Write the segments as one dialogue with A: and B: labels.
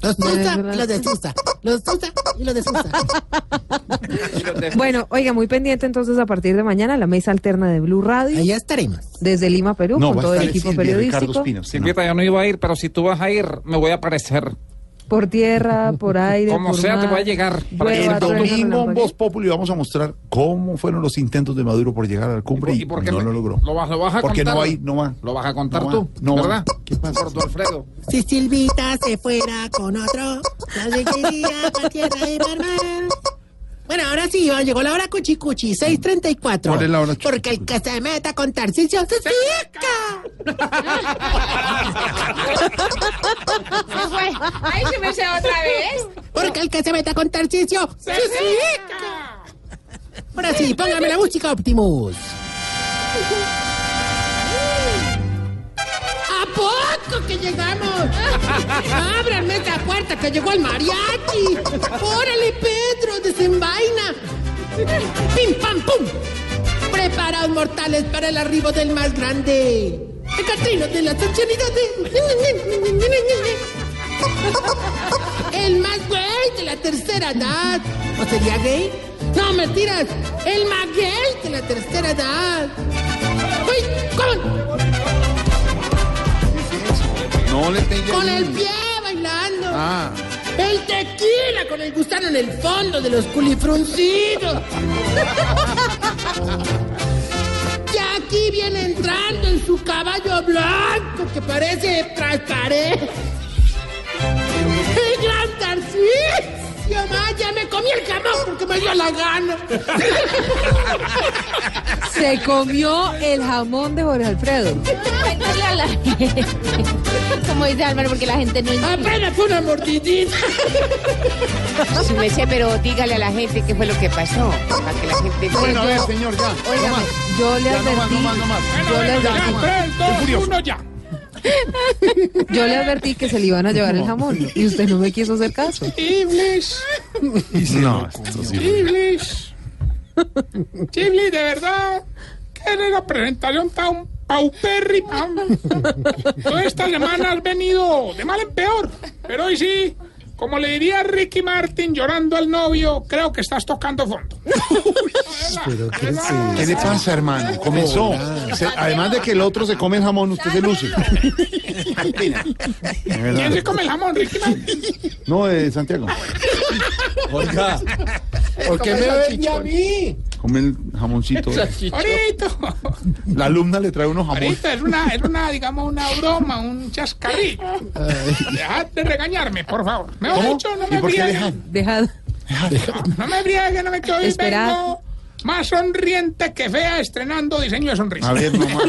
A: Los tusta y los desusta. Los tusta y los desusta.
B: Bueno, oiga, muy pendiente entonces a partir de mañana la mesa alterna de Blue Radio
A: Allá estaremos.
B: desde Lima, Perú,
C: No,
B: con
C: va a
B: todo
C: estar
B: el equipo
C: Silvia y Ricardo
B: periodístico.
C: Espino. sí, no.
D: Silvita, yo no iba a ir, pero si tú vas a ir, me voy a aparecer.
B: Por tierra, por aire,
D: Como
B: por
D: sea, te
B: mar,
D: voy a llegar.
B: llueva,
D: El
B: truena,
D: Prueba,
C: El domingo en
B: relámpago.
C: Voz Populi vamos a mostrar cómo fueron los intentos de Maduro por llegar a la cumbre y,
D: ¿Y por qué
C: no
D: me-
C: lo logró.
D: lo vas- lo vas a
C: Porque no
D: contar?
C: hay, no va.
D: Lo vas a contar
C: No va,
D: tú,
C: no va.
D: ¿verdad?
C: ¿Qué pasa?
D: Gordo Alfredo.
A: Si Silvita se fuera con otro, la seguiría pa' tierra y por mar. Bueno, ahora sí, va, llegó la hora cuchicuchi, 6.34.
C: ¿Cuál es la hora cuchicuchi?
A: Porque el que se meta con Tarcicio se pica.
E: Se fue. Ay, se me se otra vez.
A: Porque el que se meta con Tarcicio se pica. Ahora sí, póngame la música, Optimus. ¿A poco que llegamos? Ábranme esa puerta que llegó el mariachi. Órale, Pedro, desenvaina. Pim, pam, pum. Preparados mortales para el arribo del más grande. El Catrino de las ancianidades. El más gay de la tercera edad. ¿O sería gay? No, mentiras. El más gay de la tercera edad. Uy, ¿cómo?
C: No le tengo.
A: Con el pie bailando.
C: Ah.
A: El tequila con el gusano en el fondo de los culifruncidos. ya aquí viene entrando en su caballo blanco que parece transparente. El gran Tarcisio Maya me comí el jamón porque me dio la gana.
B: Se comió el jamón de Jorge Alfredo.
E: Cuéntale a la Como dice Álvaro, porque la gente no entiende.
A: Apenas fue una mordidita.
F: Sí, me sé, pero dígale a la gente qué fue lo que pasó. Para que la gente
C: Bueno, a ver,
F: Yo-
C: señor, ya.
B: Óigame,
C: no más.
B: yo le
C: Ya, no más,
B: advertí.
C: no más, no más.
B: Yo le
C: Ya,
B: advertí.
C: no más. Estoy furioso.
D: ya.
B: Yo le advertí que se le iban a llevar el jamón y usted no me quiso hacer caso.
D: Iblis,
C: No, esto sí.
D: Iblis. Iblis, de verdad. Que eres la presentación tan paupérrima. Toda esta semana has venido de mal en peor. Pero hoy sí, como le diría Ricky Martin llorando al novio, creo que estás tocando fondo. Pero que
C: ¿Qué le pasa, hermano? Comenzó. Se- además de que el otro se come el jamón, usted se luce. De
D: ¿Quién se
C: verdad.
D: come el jamón, Ricky Martin?
C: No, de Santiago.
G: Oiga, ¿por qué me ven a mí?
C: Come el jamoncito.
D: Ahorita.
C: La alumna le trae unos jamones.
D: Ahorita es una, es una, digamos, una broma, un chascarrillo. Dejad de regañarme, por favor. Me
C: ¿Cómo?
D: he dicho, no
C: ¿Y
D: me
C: por qué
D: brieguen.
C: dejan?
B: Dejado.
D: No me brieguen, no me quedo hoy
B: Esperad.
D: vengo más sonriente que fea estrenando diseño de sonrisa.
C: A ver, nomás.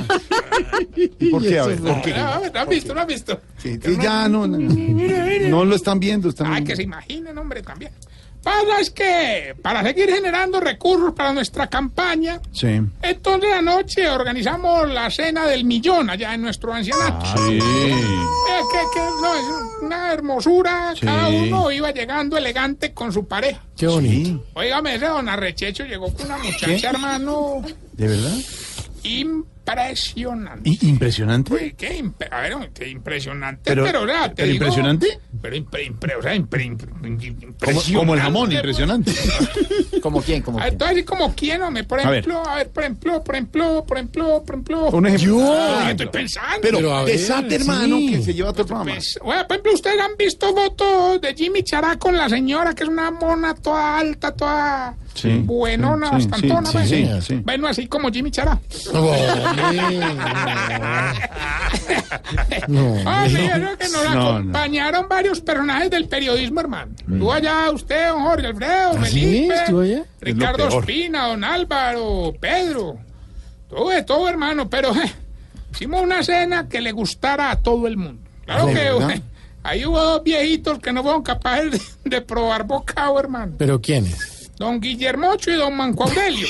C: ¿Y por qué? A ver, ¿por qué?
D: Ah, a ver, ¿Lo has visto? ¿Lo has visto?
C: Sí, sí, ya no, no, no lo están viendo. Están
D: Ay, que se imaginen, hombre, también. Pasa es que para seguir generando recursos para nuestra campaña,
C: Sí.
D: entonces anoche organizamos la cena del millón allá en nuestro ancianato.
C: Sí.
D: Eh, que, que, no, es una hermosura.
C: Sí.
D: Cada uno iba llegando elegante con su pareja.
G: Qué bonito.
C: Sí,
D: Óigame, ese don Arrechecho llegó con una muchacha,
C: ¿Qué?
D: hermano,
C: ¿De verdad?
D: impresionante.
C: I- Impresionante.
D: Uy, qué, imp- a ver, hombre, qué impresionante.
C: Pero-
D: Pero, ya, te
C: pero
D: digo,
C: impresionante.
D: Pero impre- impre- o sea, impre- impre- impresionante.
C: Como, como el jamón, impresionante.
G: ¿Como quién? ¿Como
D: Ah,
G: quién?
D: Entonces, como quién, hombre, por
C: A ver.
D: ejemplo, a ver, por ejemplo, por ejemplo, por ejemplo, por ejemplo.
C: Un ejemplo.
D: Ay, estoy pensando.
C: Pero,
G: Pero a ver,
C: desate, hermano,
G: sí.
C: que se lleva todo el programa.
D: Pues, bueno, por ejemplo, ustedes han visto fotos de Jimmy Chará con la señora, que es una mona toda alta, toda
C: Sí,
D: buenona,
C: sí, sí,
D: bastantona.
C: sí,
D: pues.
C: sí, sí.
D: Bueno, así como Jimmy Chará. Ah, sí, eso que nos
C: No, no.
D: acompañaron varios personajes del periodismo, hermano.
C: Mm.
D: Tú allá, usted, don Jorge Alfredo,
C: ¿Ah,
G: ¿Sí?
D: Felipe,
G: ¿Estuvo allá?
D: Ricardo
C: Es lo peor.
D: Espina, don Álvaro, Pedro. Todo de todo, hermano, pero eh, hicimos una cena que le gustara a todo el mundo. Claro
C: ¿De
D: que
C: verdad?
D: eh, ahí hubo dos viejitos que no fueron capaces de, de probar bocado, hermano.
G: ¿Pero quién es?
D: Don Guillermocho y don Manco Aurelio.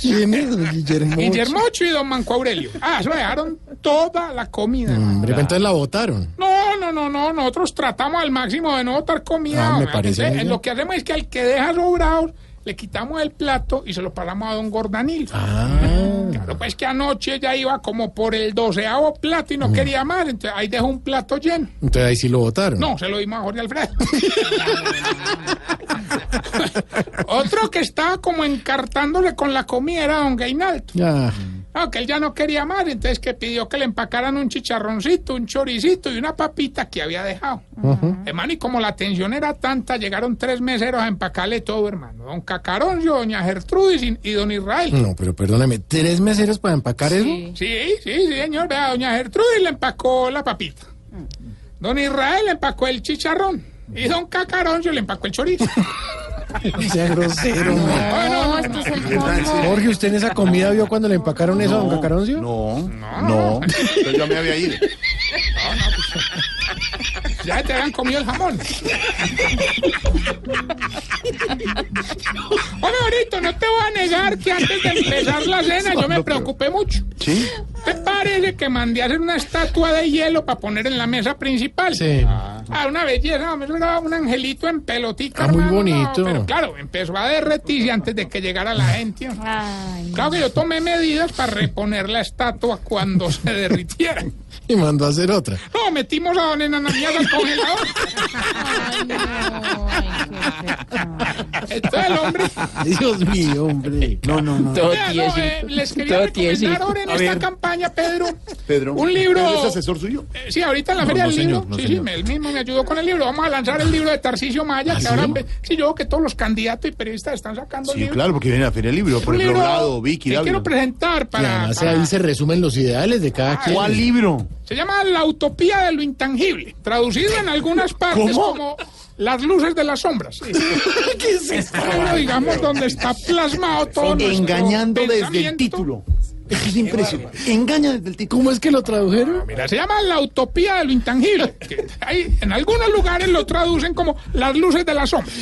G: ¿Quién es don Guillermo?
D: Guillermocho y don Manco Aurelio. Ah, se dejaron toda la comida, hermano.
G: Hombre, pues entonces la votaron.
D: No, no, no, no, nosotros tratamos al máximo de no botar comida.
G: Ah, me
D: Realmente,
G: parece muy bien.
D: lo que hacemos es que al que deja sobrados le quitamos el plato y se lo pasamos a don Gordanil.
G: Ah,
D: Pero pues que anoche ya iba como por el doceavo plato y no quería más, entonces ahí dejó un plato lleno.
G: Entonces ahí sí lo votaron.
D: No, se lo dimos a Jorge Alfredo. Otro que estaba como encartándole con la comida era don Gainaldo.
G: Ya.
D: Ah, que él ya no quería más, entonces que pidió que le empacaran un chicharroncito, un choricito y una papita que había dejado. Hermano, y como la tensión era tanta, llegaron tres meseros a empacarle todo, hermano. Don Cacaroncio, doña Gertrudis y, y don Israel.
G: No, pero perdóname, ¿tres meseros para empacar eso?
D: Sí, sí, sí, señor. Vea, doña Gertrudis le empacó la papita. Don Israel le empacó el chicharrón. Y don Cacaroncio le empacó el chorizo.
G: No sea
D: Ah,
G: grosero, man.
E: No, esto es el colmo.
G: Jorge, ¿usted en esa comida vio cuando le empacaron eso a don Cacaroncio?
C: No, no. Entonces yo me había ido.
D: Ya te habían comido el jamón. Hombre, bonito, no te voy a negar que antes de empezar la cena yo me preocupé mucho.
C: ¿Sí?
D: ¿Te parece que mandé a hacer una estatua de hielo para poner en la mesa principal?
G: Sí.
D: Ah, una belleza, me era un angelito en pelotica.
G: Ah, muy
D: hermano, no,
G: bonito.
D: pero claro, empezó a derretirse antes de que llegara la gente. ¿no?
E: Ay,
D: Claro que yo tomé medidas para reponer la estatua cuando se derritiera.
G: Y mandó a hacer otra.
D: No, metimos a don Enananías al congelador.
E: ay, no, ay, qué pecado.
D: Entonces el hombre...
G: Dios mío, hombre.
C: No, no, no.
G: Todo
D: Vea, no, eh, les quería recomendar ahora en
C: A
D: esta
C: ver.
D: campaña, Pedro,
C: Pedro.
D: un libro...
C: ¿Pedro es asesor suyo?
D: Eh, Sí, ahorita en la
C: No,
D: feria
C: no,
D: del
C: señor,
D: libro.
C: no,
D: sí,
C: señor. ¿Ah,
D: sí, él mismo me ayudó con el libro. Vamos a lanzar el libro de Tarcisio Maya. que ahora, ve- sí, yo veo que todos los candidatos y periodistas están sacando
C: Sí,
D: libros.
C: claro, porque viene a la Feria del Libro. Por
D: Un
C: ejemplo,
D: libro
C: Lado, Vicky,
D: que
C: Dávila.
D: quiero presentar
G: Y
D: para...
G: además
D: para-
G: ahí se resumen los ideales de cada quien.
C: ¿Cuál libro?
D: Se llama La Utopía de lo Intangible, traducido en algunas partes
C: ¿Cómo?
D: como Las Luces de las Sombras. Pero digamos donde está plasmado todo nuestro
C: Engañando desde el
D: pensamiento.
C: título. Es que es impresionante. Engaña desde el título.
G: ¿Cómo es que lo tradujeron?
D: Mira, se llama La Utopía de lo Intangible. que ahí, en algunos lugares lo traducen como Las Luces de las Sombras.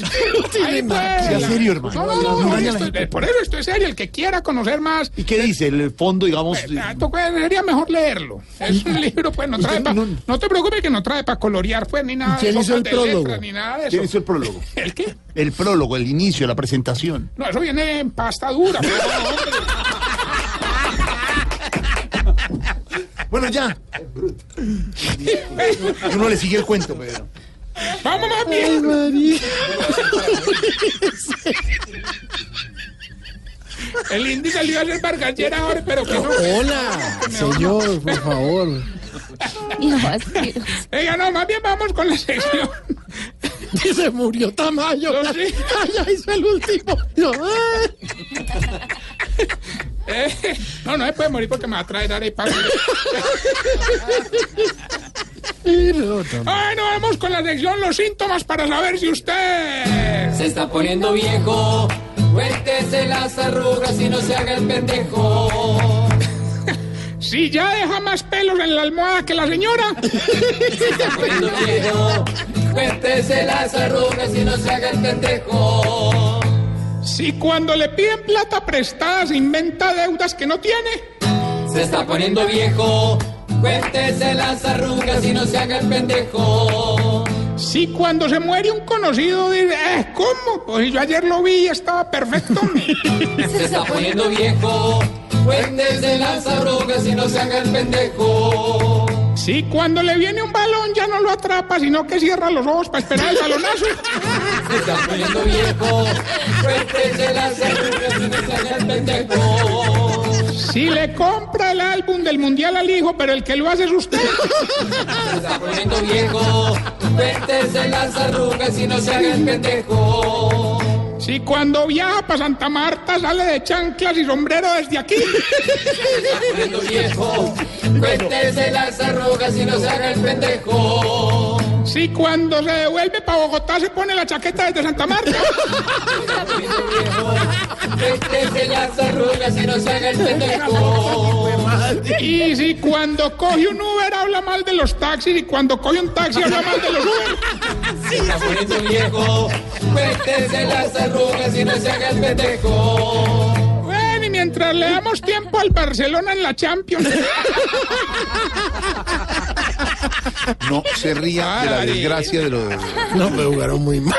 D: Ahí fue
C: Sea
D: la-
C: serio, hermano.
D: No, no, no, no,
C: Engaña a la
D: esto-
C: gente.
D: por eso estoy serio. El que quiera conocer más,
C: ¿Y qué dice? El fondo, digamos.
D: Tanto que pues, sería mejor leerlo. Es un libro, pues no trae pa-
C: no-
D: No te preocupes que no trae para colorear, pues, ni nada. de
G: ¿Quién
D: hojas
G: hizo el
D: de
G: prólogo?
D: letra, ni nada de
C: ¿Quién
D: eso.
C: hizo el prólogo?
D: ¿El qué?
C: El prólogo, el inicio, la presentación.
D: No, eso viene en pasta dura. pues, no, hombre.
C: Bueno, ya. Uno le sigue el cuento, Pedro.
D: Vamos, mami. El indio salió a ser bargallera ahora, pero que no.
G: pues. Hola, señor, por favor.
E: Dios, Dios.
D: Oiga, no, más bien vamos con la sección.
G: Y se murió Tamayo.
D: No, sí.
G: ya hizo el último. No, ay.
D: Eh, no, no se puede morir porque me va a traer arepa.
G: Sí, no, no.
D: Bueno, vamos con la sección Los síntomas para saber si usted.
H: Se está poniendo viejo, cuéntese las arrugas y no se haga el pendejo.
D: Si ya deja más pelos en la almohada que la señora.
H: Poniendo viejo, cuéntese las arrugas y no se haga el pendejo.
D: Si cuando le piden plata prestada se inventa deudas que no tiene.
H: Se está poniendo viejo, cuéntese las arrugas y no se haga el pendejo.
D: Si cuando se muere un conocido dice, eh, ¿cómo? Pues si yo ayer lo vi y estaba perfecto.
H: Se está poniendo viejo, cuéntese las arrugas y no se haga el pendejo.
D: si cuando le viene un balón ya no lo atrapa, sino que cierra los ojos para esperar el balonazo.
H: Se está poniendo viejo, cuéntese las arrugas y no se haga el pendejo.
D: si le compra el álbum del mundial al hijo, pero el que lo hace es usted.
H: Se está poniendo viejo, cuéntese las arrugas y no se haga el pendejo.
D: si cuando viaja para Santa Marta sale de chanclas y sombrero desde aquí.
H: Poniendo viejo, cuéntese las arrugas y no se haga el pendejo.
D: si cuando se devuelve para Bogotá se pone la chaqueta desde Santa Marta.
H: Cuéntese las arrugas y no se haga el pendejo.
D: Y si cuando coge un Uber habla mal de los taxis y cuando coge un taxi habla mal de los Uber.
H: Se está poniendo viejo, cuéntese las arrugas y no se haga el pendejo.
D: Bueno, y mientras le damos tiempo al Barcelona en la Champions.
C: No se ría de la desgracia de lo de.
G: no, me jugaron muy mal.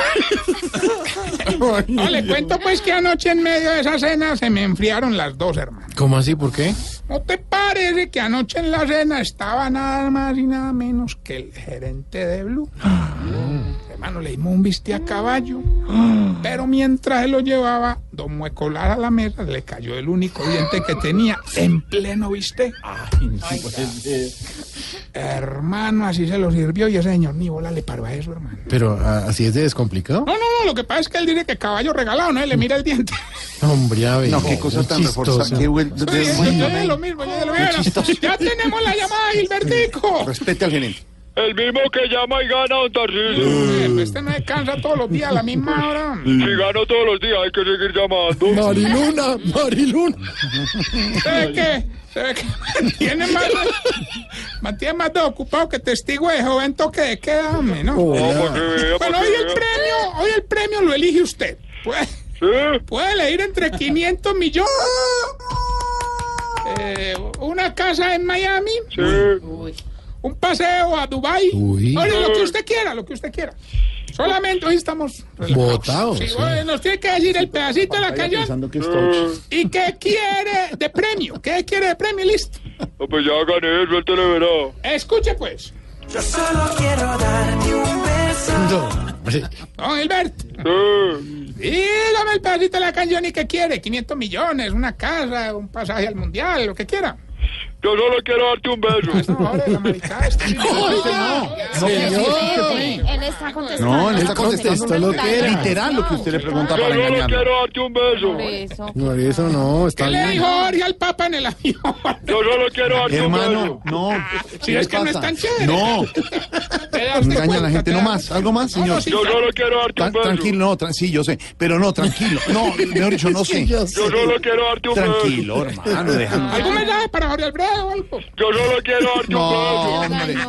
D: No, le cuento pues que anoche en medio de esa cena se me enfriaron las dos, hermano.
G: ¿Cómo así? ¿Por qué?
D: ¿No te parece que anoche en la cena estaba nada más y nada menos que el gerente de Blue? Hermano, le dimos un viste a caballo. Pero mientras él lo llevaba, don Muecolar a la mesa le cayó el único diente que tenía en pleno viste. Hermano, así se lo sirvió y ese señor ni bola le paró a eso, hermano.
G: Pero ah, así es de descomplicado.
D: No, no, no, lo que pasa es que él dice que caballo regalado, ¿no? Y le mira el diente.
G: Hombre, a ver.
C: No, qué cosa tan reforzada. Qué buen- de- de-
D: Sí, yo de lo mismo, yo de lo mismo. Ya tenemos la llamada, Gilbertico.
C: eh. Respete al gerente.
I: El mismo que llama y gana, don Tarcísio.
D: Eh, Este no descansa todos los días a la misma hora.
I: Si gano todos los días, hay que seguir llamando.
G: Mariluna, Mariluna.
D: Se ve que, se ve que mantiene más, mantiene más de ocupado que testigo de joven toque de queda, hombre, ¿no?
I: Ah, para que vea, para
D: Bueno, hoy
I: que
D: el
I: vea.
D: premio, hoy el premio lo elige usted. Pues, Puede,
I: Sí,
D: puede elegir entre 500 millones, eh, una casa en Miami,
I: sí.
D: un paseo a Dubai.
G: Uy.
D: Oye, lo que usted quiera, lo que usted quiera. Solamente hoy estamos relajados.
G: Botados.
D: Sí,
G: sí.
D: oye, nos tiene que decir el pedacito de la calle
G: Pensando que es touch.
I: Eh,
D: y qué quiere de premio, qué quiere de premio, listo.
I: ah, pues ya gané, suerte le verá.
D: Escuche pues,
I: Sí.
D: don Gilberto,
G: No, hombre.
D: dígame el pedacito de la canción y qué quiere, 500 millones, una casa, un pasaje al mundial, lo que quiera. Ah,
I: Yo solo quiero darte un beso.
D: No, ahora la maricada está-
E: Él está contestando.
C: No, él está
G: contestó
C: contestando
G: lo que era.
C: literal lo que usted le pregunta
I: Yo
C: para
I: solo
C: engañarlo.
I: quiero darte un beso.
E: Eso.
G: Por eso no, está
D: ¿Qué le
G: bien.
D: dijo Jorge al Papa en el avión?
I: Yo solo quiero darte un beso.
C: Hermano, no.
D: Si
C: ¿qué
D: es que no
C: pasa?
D: es tan chévere.
C: No,
D: ¿Te das
C: engaña a
D: cuenta?
C: la gente
D: ¿Te das-
C: nomás. ¿Algo más,
D: Ah, No,
C: señor?
D: no, sí,
I: Yo solo quiero darte un
C: Tan-
I: beso.
C: tranquilo, no, tran- sí, yo sé. Pero no, tranquilo. No, mejor dicho, no sé.
I: Yo solo quiero darte un beso.
C: Tranquilo, hermano, déjame.
D: ¿Algún mensaje para Jorge Alfredo o algo?
I: Yo solo quiero darte un
C: No,
I: beso.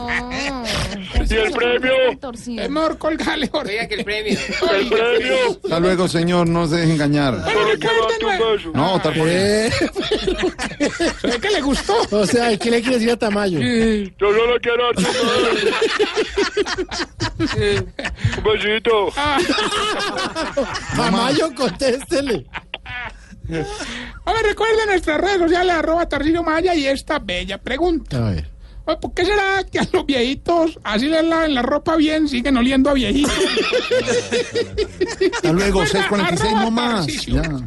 C: hombre.
I: ¿Y el premio?
D: Es mejor colgarle, Jorge.
F: Oiga, que el premio.
I: El premio.
C: Hasta luego, señor, no se deje engañar.
I: Solo quiero darte un beso.
C: No, tal por
G: Eh,
D: Se ve que le gustó.
G: o sea, ¿qué le quiere decir a Tamayo?
I: Yo solo quiero darte un beso. Un besito.
D: Ah,
G: Tamayo, contéstele.
D: A ver, recuerden nuestras redes sociales, arroba Tarcillo Maya y esta bella pregunta.
G: A ver.
D: Oye, Ah, ¿Por qué será que a los viejitos, así les laven la ropa bien, siguen oliendo a viejitos?
C: Hasta luego, 646, no
D: Arroba
C: más.
D: Tarcisio.
C: Ya.